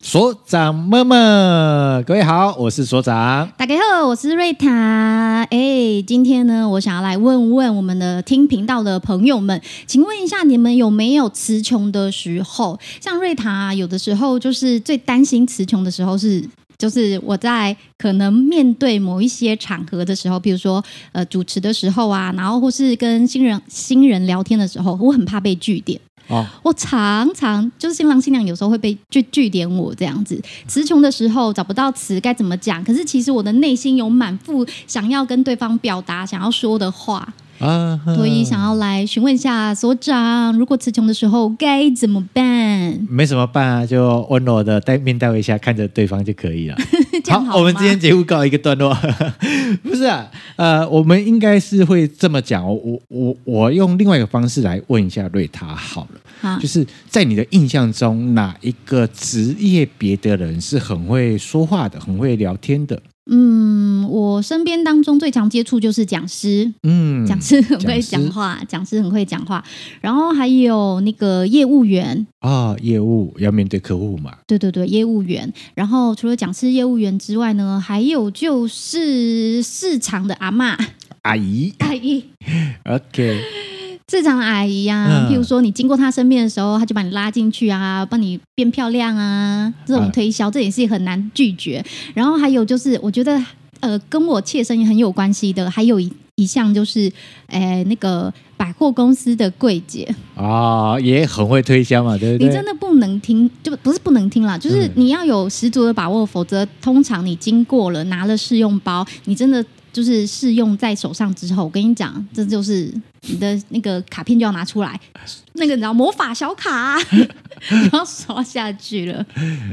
所长妈妈，各位好，我是所 长。大家好，我是瑞塔。哎、今天呢，我想要来问问我们的听频道的朋友们，请问一下，你们有没有词穷的时候？像瑞塔啊、有的时候就是最担心词穷的时候是。就是我在可能面对某一些场合的时候，比如说呃主持的时候啊，然后或是跟新人新人聊天的时候，我很怕被据点。哦，我常常就是新郎新娘有时候会被据据点我这样子，词穷的时候找不到词该怎么讲，可是其实我的内心有满腹想要跟对方表达、想要说的话，啊，所以想要来询问一下所长，如果词穷的时候该怎么办？没什么办啊，就温柔的带面带微笑，看着对方就可以 了。这样好吗我们今天节目告一个段落。 不是啊，呃，我们应该是会这么讲哦。我我我用另外一个方式来问一下瑞塔好了，啊就是在你的印象中，哪一个职业别的人是很会说话的，很会聊天的？嗯，我身边当中最常接触就是讲师，嗯，讲师很讲师会讲话，讲师很会讲话，然后还有那个业务员，啊、业务要面对客户嘛，对对对，业务员。然后除了讲师、业务员之外呢，还有就是市场的阿嬷阿姨。阿姨， OK，市场阿姨啊。嗯譬如说，你经过她身边的时候，她就把你拉进去啊，帮你变漂亮啊，这啊种推销，这也是很难拒绝。然后还有就是，我觉得呃，跟我切身也很有关系的，还有一一项就是，诶，那个百货公司的柜姐。啊、也很会推销 嘛，对不对？嗯你真的不能听，就不是不能听啦，就是你要有十足的把握，否则通常你经过了拿了试用包，你真的就是试用在手上之后，我跟你讲，这就是你的那个卡片就要拿出来，那个你知道魔法小 卡，你要刷下去了。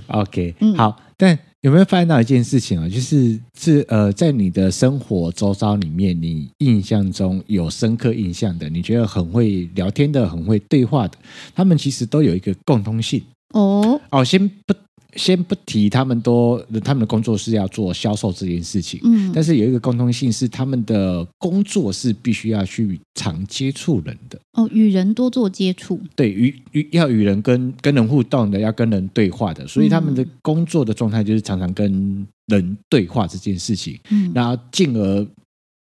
OK，、嗯好，但有没有发现到一件事情啊？就是是呃，在你的生活周遭里面，你印象中有深刻印象的，你觉得很会聊天的，很会对话的，他们其实都有一个共通性哦，哦。先不先不提他们多他们的工作是要做销售这件事情，嗯但是有一个共通性是他们的工作是必须要去常接触人的。哦，与人多做接触，对与与要与人跟跟人互动的，要跟人对话的，所以他们的工作的状态就是常常跟人对话这件事情，嗯然后进而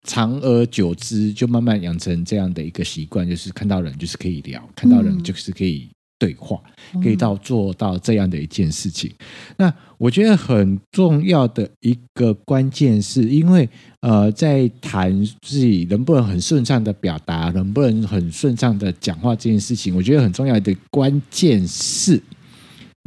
长而久之就慢慢养成这样的一个习惯，就是看到人就是可以聊，看到人嗯就是可以对话，可以到做到这样的一件事情。那我觉得很重要的一个关键是因为呃，在谈自己能不能很顺畅的表达，能不能很顺畅的讲话这件事情，我觉得很重要的关键是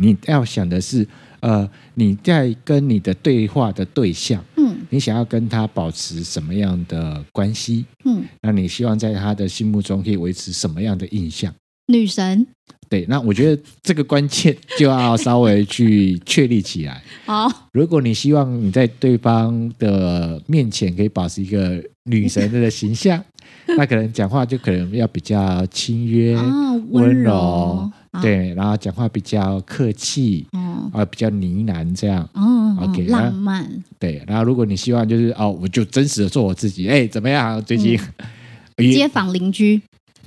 你要想的是，呃，你在跟你的对话的对象，嗯你想要跟他保持什么样的关系？嗯，那你希望在他的心目中可以维持什么样的印象？女神，对，那我觉得这个关键 就要稍微去确立起来。好、如果你希望你在对方的面前可以保持一个女神的形象，那可能讲话就可能要比较轻约、啊，温温柔柔，啊，对，然后讲话比较客气哦啊、比较呢喃这样。哦，哦 OK，那浪漫，对，然后如果你希望就是哦，我就真实的做我自己，哎，怎么样？最近、 也街坊邻居，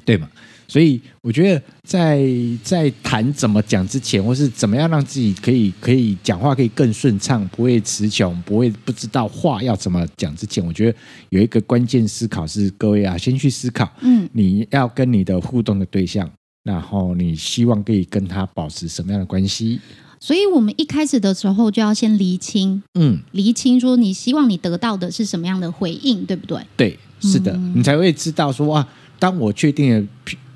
对嘛？所以我觉得在在谈怎么讲之前，或是怎么样让自己可以可以讲话可以更顺畅，不会词穷，不会不知道话要怎么讲之前，我觉得有一个关键思考是各位啊，先去思考嗯。你要跟你的互动的对象，然后你希望可以跟他保持什么样的关系？所以我们一开始的时候就要先厘清，嗯，厘清说你希望你得到的是什么样的回应，对不对？对，是的，嗯你才会知道说啊，当我确定了。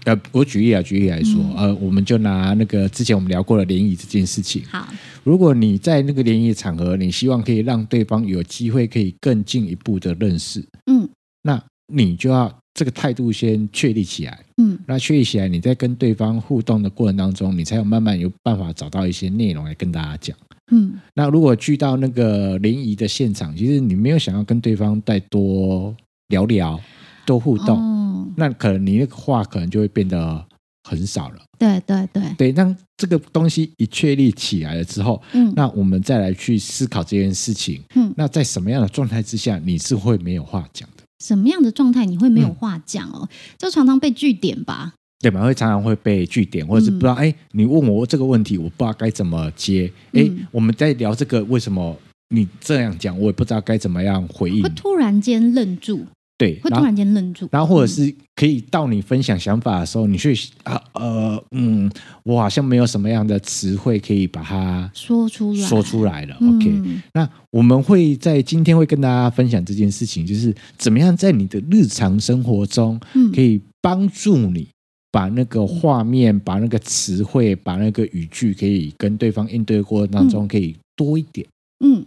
呃，我举例啊，举例来说，嗯呃，我们就拿那个之前我们聊过的联谊这件事情，好，如果你在那个联谊场合，你希望可以让对方有机会可以更进一步的认识，嗯那你就要这个态度先确立起来。嗯那确立起来，你在跟对方互动的过程当中，你才有慢慢有办法找到一些内容来跟大家讲。嗯那如果去到那个联谊的现场，其实你没有想要跟对方再多聊聊、多互动，哦，那可能你那个话可能就会变得很少了。对对对，对，当这个东西一确立起来了之后，嗯那我们再来去思考这件事情。嗯，那在什么样的状态之下，你是会没有话讲的？嗯什么样的状态你会没有话讲哦？就常常被据点吧？对吧？会常常会被据点，或者是不知嗯道，哎、你问我这个问题，我不知道该怎么接。哎、嗯我们在聊这个，为什么你这样讲，我也不知道该怎么样回应会。突然间愣住，对，会嗯然突后然间愣住，然后或者是可以到你分享想法的时候，你去啊呃嗯，我好像没有什么样的词汇可以把它嗯说出来，说出来了。嗯 OK，那我们会在今天会跟大家分享这件事情，就是怎么样在你的日常生活中嗯可以帮助你把那个画面、把那个词汇、把那个语句，可以跟对方应对过程当中可以多一点、嗯，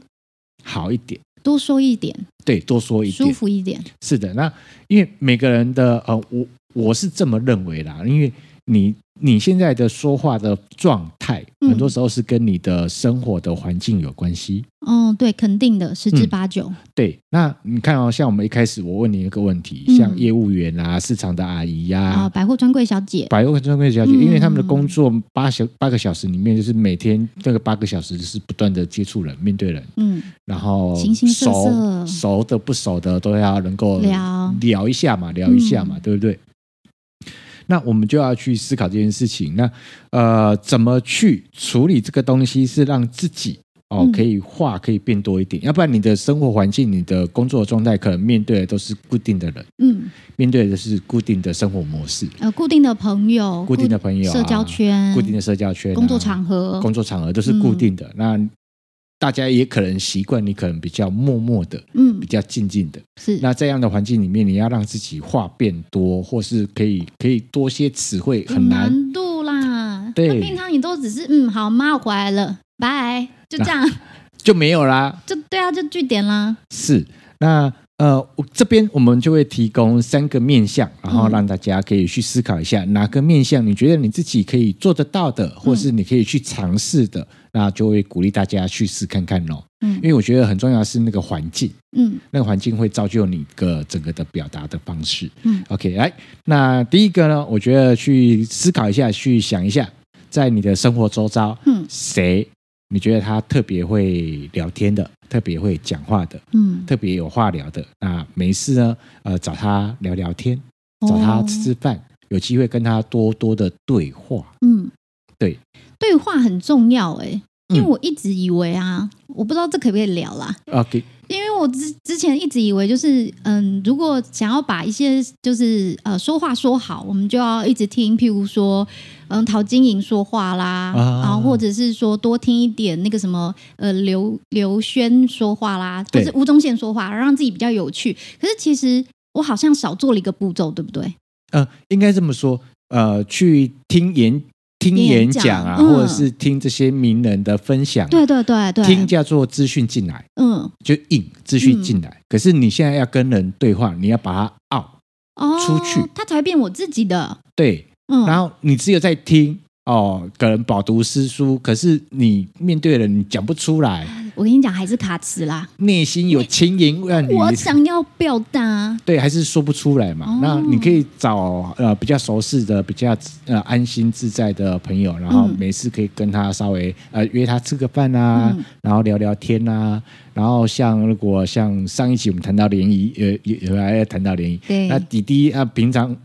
好一点，多说一点，对，多说一舒点。服一点，是的，那因为每个人的呃，我我是这么认为啦，因为你你现在的说话的状态，嗯很多时候是跟你的生活的环境有关系。嗯，对，肯定的，十之嗯八九，对，那你看哦，像我们一开始我问你一个问题，嗯像业务员啊、市场的阿姨呀、啊，百货专柜小姐，百货专柜小姐，嗯因为他们的工作八小八个小时里面，就是每天这个八个小时就是不断的接触人、面对人，嗯，然后形形色色熟熟的不熟的都要能够聊聊一下嘛，聊一下嘛，嗯对不对？那我们就要去思考这件事情。那呃，怎么去处理这个东西，是让自己哦嗯可以话可以变多一点，要不然你的生活环境、你的工作状态，可能面对的都是固定的人，嗯，面对的是固定的生活模式、呃，固定的朋友，固定的朋友啊社交圈，固定的社交圈啊、嗯工作场合，嗯工作场合都是固定的。那大家也可能习惯你可能比较默默的、嗯比，较静静的。是，那这样的环境里面，你要让自己话变多，或是可以可以多些词汇，有很难。难度啦。对那平常你都只是嗯，好妈，我回来了，拜，就这样，就没有啦。就对啊，就据点啦。是，那呃，我这边我们就会提供三个面向，然后嗯让大家可以去思考一下、哪个面向你觉得你自己可以做得到的，或是你可以去尝试的，那就会鼓励大家去试看看咯。嗯因为我觉得很重要的是那个环境，嗯那个环境会造就你个整个的表达的方式。嗯，OK，来，那第一个呢，我觉得去思考一下，去想一下，在你的生活周遭，嗯谁你觉得他特别会聊天的，特别会讲话的，嗯，特别有话聊的，那没事呢，呃，找他聊聊天，找他哦吃吃饭，有机会跟他多多的对话。嗯，对，对话很重要哎、因为嗯我一直以为啊，我不知道这可不可以聊啦， OK，因为我之之前一直以为就是，嗯，如果想要把一些就是呃说话说好，我们就要一直听，譬如说，嗯，陶晶莹说话啦，啊然后或者是说多听一点那个什么呃刘刘轩说话啦，或对是吴宗宪说话，让自己比较有趣。可是其实我好像少做了一个步骤，对不对？呃，应该这么说，呃，去听演听演演讲讲啊，嗯或者是听这些名人的分享啊、对对对听对，叫做资讯进来，嗯，就硬资讯进来。可是你现在要跟人对话，你要把它 out，哦，出去它才会变我自己的，对，嗯，然后你只有在听哦，可能饱读诗书，可是你面对了你讲不出来，我跟你讲，还是卡词啦，内心有千言万语，我想要表达，对，还是说不出来嘛。哦那你可以找呃比较熟识的、比较呃安心自在的朋友，然后嗯每次可以跟他稍微呃约他吃个饭啊，嗯然后聊聊天啊。然后像如果像上一期我们谈到联谊，呃，也也还要谈到联谊，对那弟弟啊、平常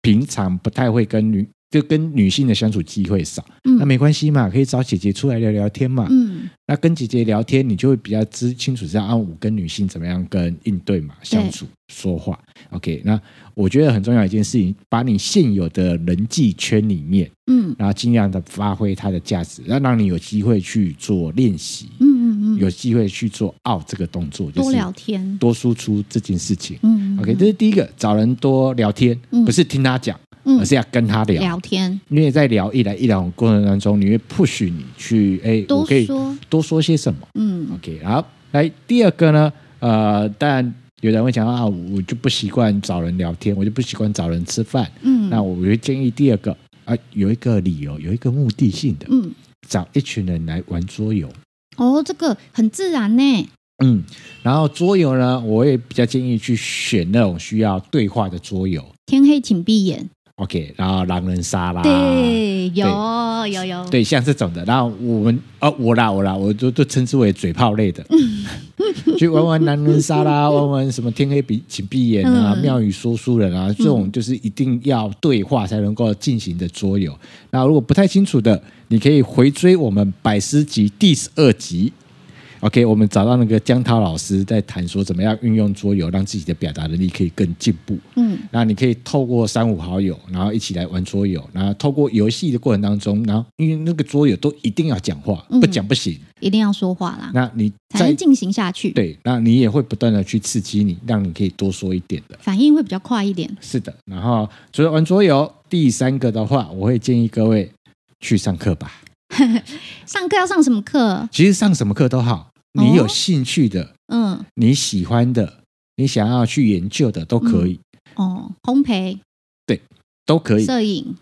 平常不太会跟女。就跟女性的相处机会少，嗯那没关系嘛，可以找姐姐出来聊聊天嘛。嗯。那跟姐姐聊天，你就会比较知清楚知道啊，我跟女性怎么样跟应对嘛，相处说话。OK，那我觉得很重要一件事情，把你现有的人际圈里面，嗯然后尽量的发挥它的价值，要让你有机会去做练习，嗯嗯嗯，有机会去做 out 这个动作，就多是聊天，多输出这件事情。嗯 OK，这是第一个，找人多聊天，嗯不是听他讲，嗯而是要跟他聊。聊天因为在聊一来一往过程当中，你会 push 你去，哎，我多可以说，多说些什么。嗯 OK，好，来第二个呢，呃，当然有人会讲啊，我就不习惯找人聊天，我就不习惯找人吃饭。嗯，那我就建议第二个啊，有一个理由，有一个目的性的，嗯找一群人来玩桌游。哦，这个很自然呢，嗯，然后桌游呢，我也比较建议去选那种需要对话的桌游。天黑请闭眼， OK，然后狼人杀啦，对，有有有，啊对，像这种的，然后我们啊，我啦我啦，我都都称之为嘴炮类的， 去玩玩狼人杀啦，玩玩什么天黑闭请闭眼啊，嗯妙语说书人啊，这种就是一定要对话才能够进行的桌游。那如果不太清楚的，你可以回追我们百思集第十二集。OK，我们找到那个江涛老师在谈说怎么样运用桌游，让自己的表达能力可以更进步。嗯，那你可以透过三五好友，然后一起来玩桌游，然后透过游戏的过程当中，然后因为那个桌游都一定要讲话，嗯不讲不行。一定要说话啦，那你才在能进行下去，对，那你也会不断的去刺激你，让你可以多说一点的。反应会比较快一点。是的，然后除了玩桌游，第三个的话，我会建议各位去上课吧。上课要上什么课？其实上什么课都好，哦你有兴趣的、嗯，你喜欢的、你想要去研究的都可以，哦，烘焙、都可以。摄影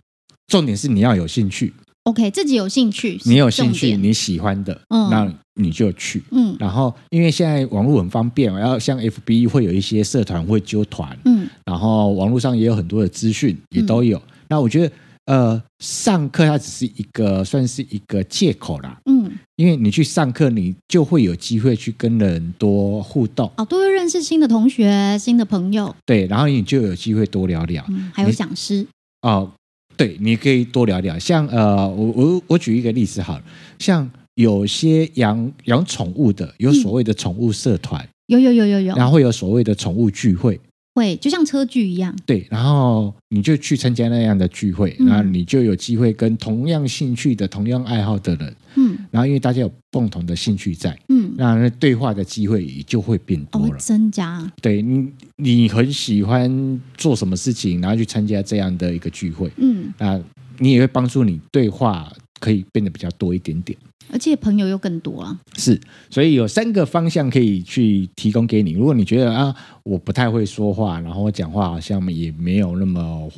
重点是你要有兴趣， ，OK，自己有兴趣，你有是重兴趣，点你喜欢的，嗯那你就去。嗯然后，因为现在网络很方便，然后像 FB 会有一些社团会揪 团，嗯然后网络上也有很多的资讯，也都有。那我觉得，呃，上课它只是一个算是一个借口啦，嗯，因为你去上课，你就会有机会去跟人多互动，哦，都会认识新的同学、新的朋友，对，然后你就有机会多聊聊嗯，还有讲师，哦、对，你可以多聊聊。像呃，我我我举一个例子好了，像有些养养宠物的，有所谓的宠物社团，有有有有有，然后会有所谓的宠物聚会。会就像车剧一样，对，然后你就去参加那样的聚会，嗯然后你就有机会跟同样兴趣的、同样爱好的人，嗯然后因为大家有共同的兴趣在，嗯，那那对话的机会也就会变哦，多会了。增加，对你，你很喜欢做什么事情，然后去参加这样的一个聚会，嗯，那你也会帮助你对话可以变得比较多一点点。而且朋友又更多啊，是，所以有三个方向可以去提供给你。如果你觉得啊，我不太会说话，然后我讲话好像也没有那么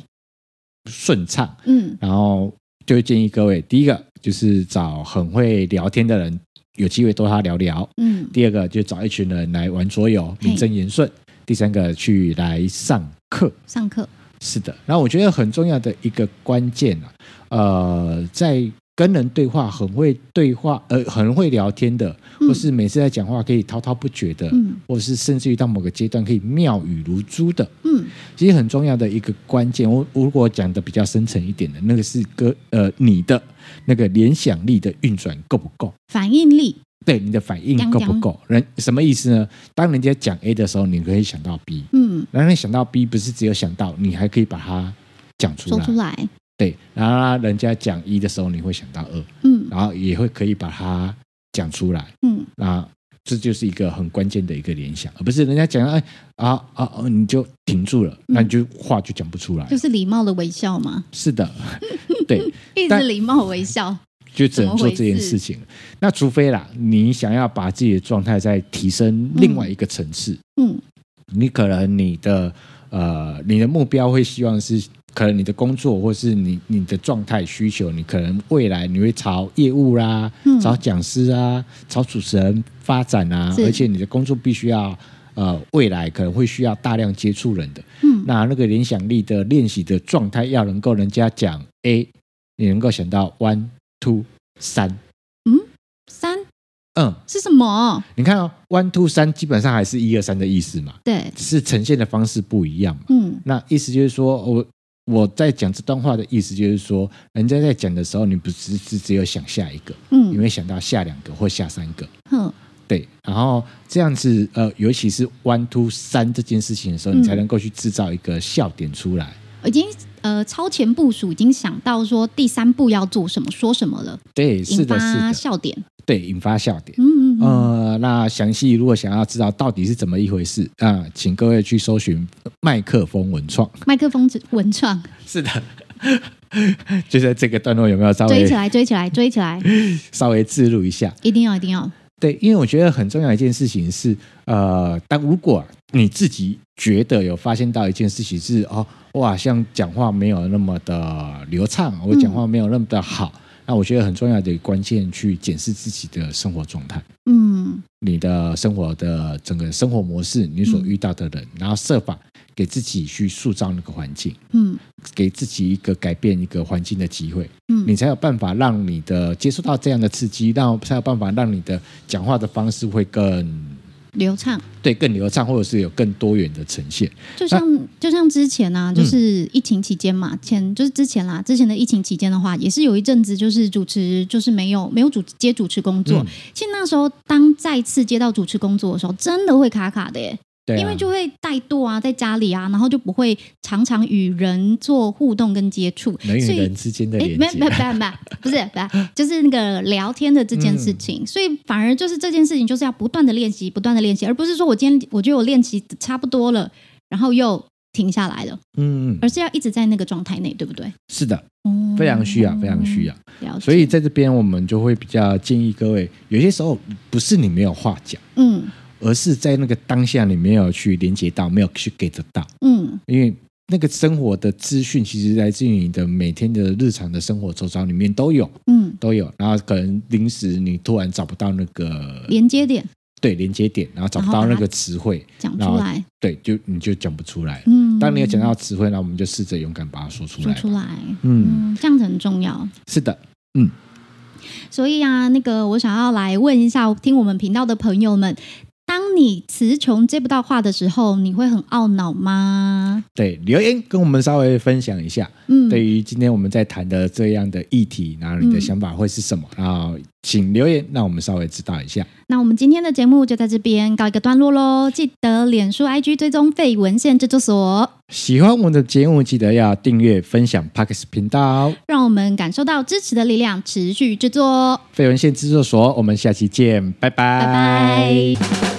顺畅。嗯然后就会建议各位，第一个就是找很会聊天的人，有机会多和他聊聊；嗯，第二个就找一群人来玩桌游，嘿名正言顺；第三个去来上课。上课，是的，然后我觉得很重要的一个关键啊，呃，在跟人对话很会对话，呃，很会聊天的，嗯或是每次在讲话可以滔滔不绝的，嗯或是甚至于到某个阶段可以妙语如珠的，嗯其实很重要的一个关键，我我如果讲的比较深层一点的，那个是个呃你的那个联想力的运转够不够？反应力，对你的反应够不够？人什么意思呢？当人家讲 A 的时候，你可以想到 B；，嗯，然后你想到 B，不是只有想到，你还可以把它讲出说来。出来，对，然后人家讲一的时候，你会想到二，嗯然后也会可以把它讲出来。嗯那这就是一个很关键的一个联想，而不是人家讲哎啊啊啊，你就停住了，那你就话就讲不出来了。嗯就是礼貌的微笑嘛，是的， 对，一直但礼貌微笑，就只能做这件事情。那除非啦，你想要把自己的状态再提升另外一个层次，嗯你可能你的呃你的目标会希望是，可能你的工作或是你你的状态需求，你可能未来你会朝业务啦、嗯朝讲师啊、朝主持人发展啊，是而且你的工作必须要。呃，未来可能会需要大量接触人的，嗯那那个联想力的练习的状态要能够人家讲 A，你能够想到 one two 三，三嗯，是什么？你看哦，one two 三基本上还是一二三的意思嘛，对，只是呈现的方式不一样嘛。嗯那意思就是说我我在讲这段话的意思就是说，人家在讲的时候，你不是只只有想下一个，你嗯会想到下两个或下三个。哼，对，然后这样子，呃，尤其是 one two 三这件事情的时候，你嗯才能够去制造一个笑点出来。已经呃超前部署，已经想到说第三步要做什么，说什么了，对，是引的，是发的。笑点，对，引发笑点。嗯嗯嗯，呃，那详细如果想要知道到底是怎么一回事啊、请各位去搜寻麦克风文创。麦克风文创，是的， 就在这个段落有没有稍追微起来，追起来，追起来，稍微自录一下？一定要，一定要，对，因为我觉得很重要的一件事情是，呃，当如果你自己觉得有发现到一件事情是哦，哇，像讲话没有那么的流畅，我讲话没有那么的好，那我觉得很重要的关键，去检视自己的生活状态。嗯你的生活的整个生活模式，你所遇到的人，然后设法给自己去塑造那个环境，嗯给自己一个改变一个环境的机会，你嗯才有办法让你的接受到这样的刺激，让才有办法让你的讲话的方式会更流畅。对更流畅，或者是有更多元的呈现。就像就像之前嗯啊，就是疫情期间嘛，前就是之前啦，之前的疫情期间的话，也是有一阵子就是主持就是没有没有主接主持工作。嗯其实那时候当再次接到主持工作的时候，真的会卡卡的耶，对、啊，因为就会怠惰啊，在家里啊，然后就不会常常与人做互动跟接触，人所与以人之间的哎，连没没接，没没，不是不，就是那个聊天的这件嗯事情，所以反而就是这件事情就是要不断的练习，不断的练习，而不是说我今天我觉得我练习差不多了，然后又停下来了，嗯，而是要一直在那个状态内，对不对？是的，嗯，非常需要，非常需要。了解。所以在这边，我们就会比较建议各位，有些时候不是你没有话讲。嗯而是在那个当下你没有去连接到，没有去 get 到，嗯因为那个生活的资讯其实来自于你的每天的日常的生活周遭里面都有嗯，都有，然后可能临时你突然找不到那个连接点对连接点，然后找不然到后把它那个词汇，讲然出后来，对，就你就讲不出来。嗯，当你有讲到词汇，那我们就试着勇敢把它说出说来。出来，嗯，嗯，这样子很重要。是的，所以啊，那个我想要来问一下听我们频道的朋友们，当你词穷接不到话的时候，你会很懊恼吗？对，留言跟我们稍微分享一下。嗯，对于今天我们在谈的这样的议题，然后你的嗯想法会是什么？然后请留言，让我们稍微知道一下。那我们今天的节目就在这边告一个段落喽。记得脸书、IG 追踪废文献这究所，喜欢我们的节目，记得要订阅、分享 Parkes 频道。让我们感受到支持的力量，持续制作哦。费文献制作所，我们下期见，拜拜拜拜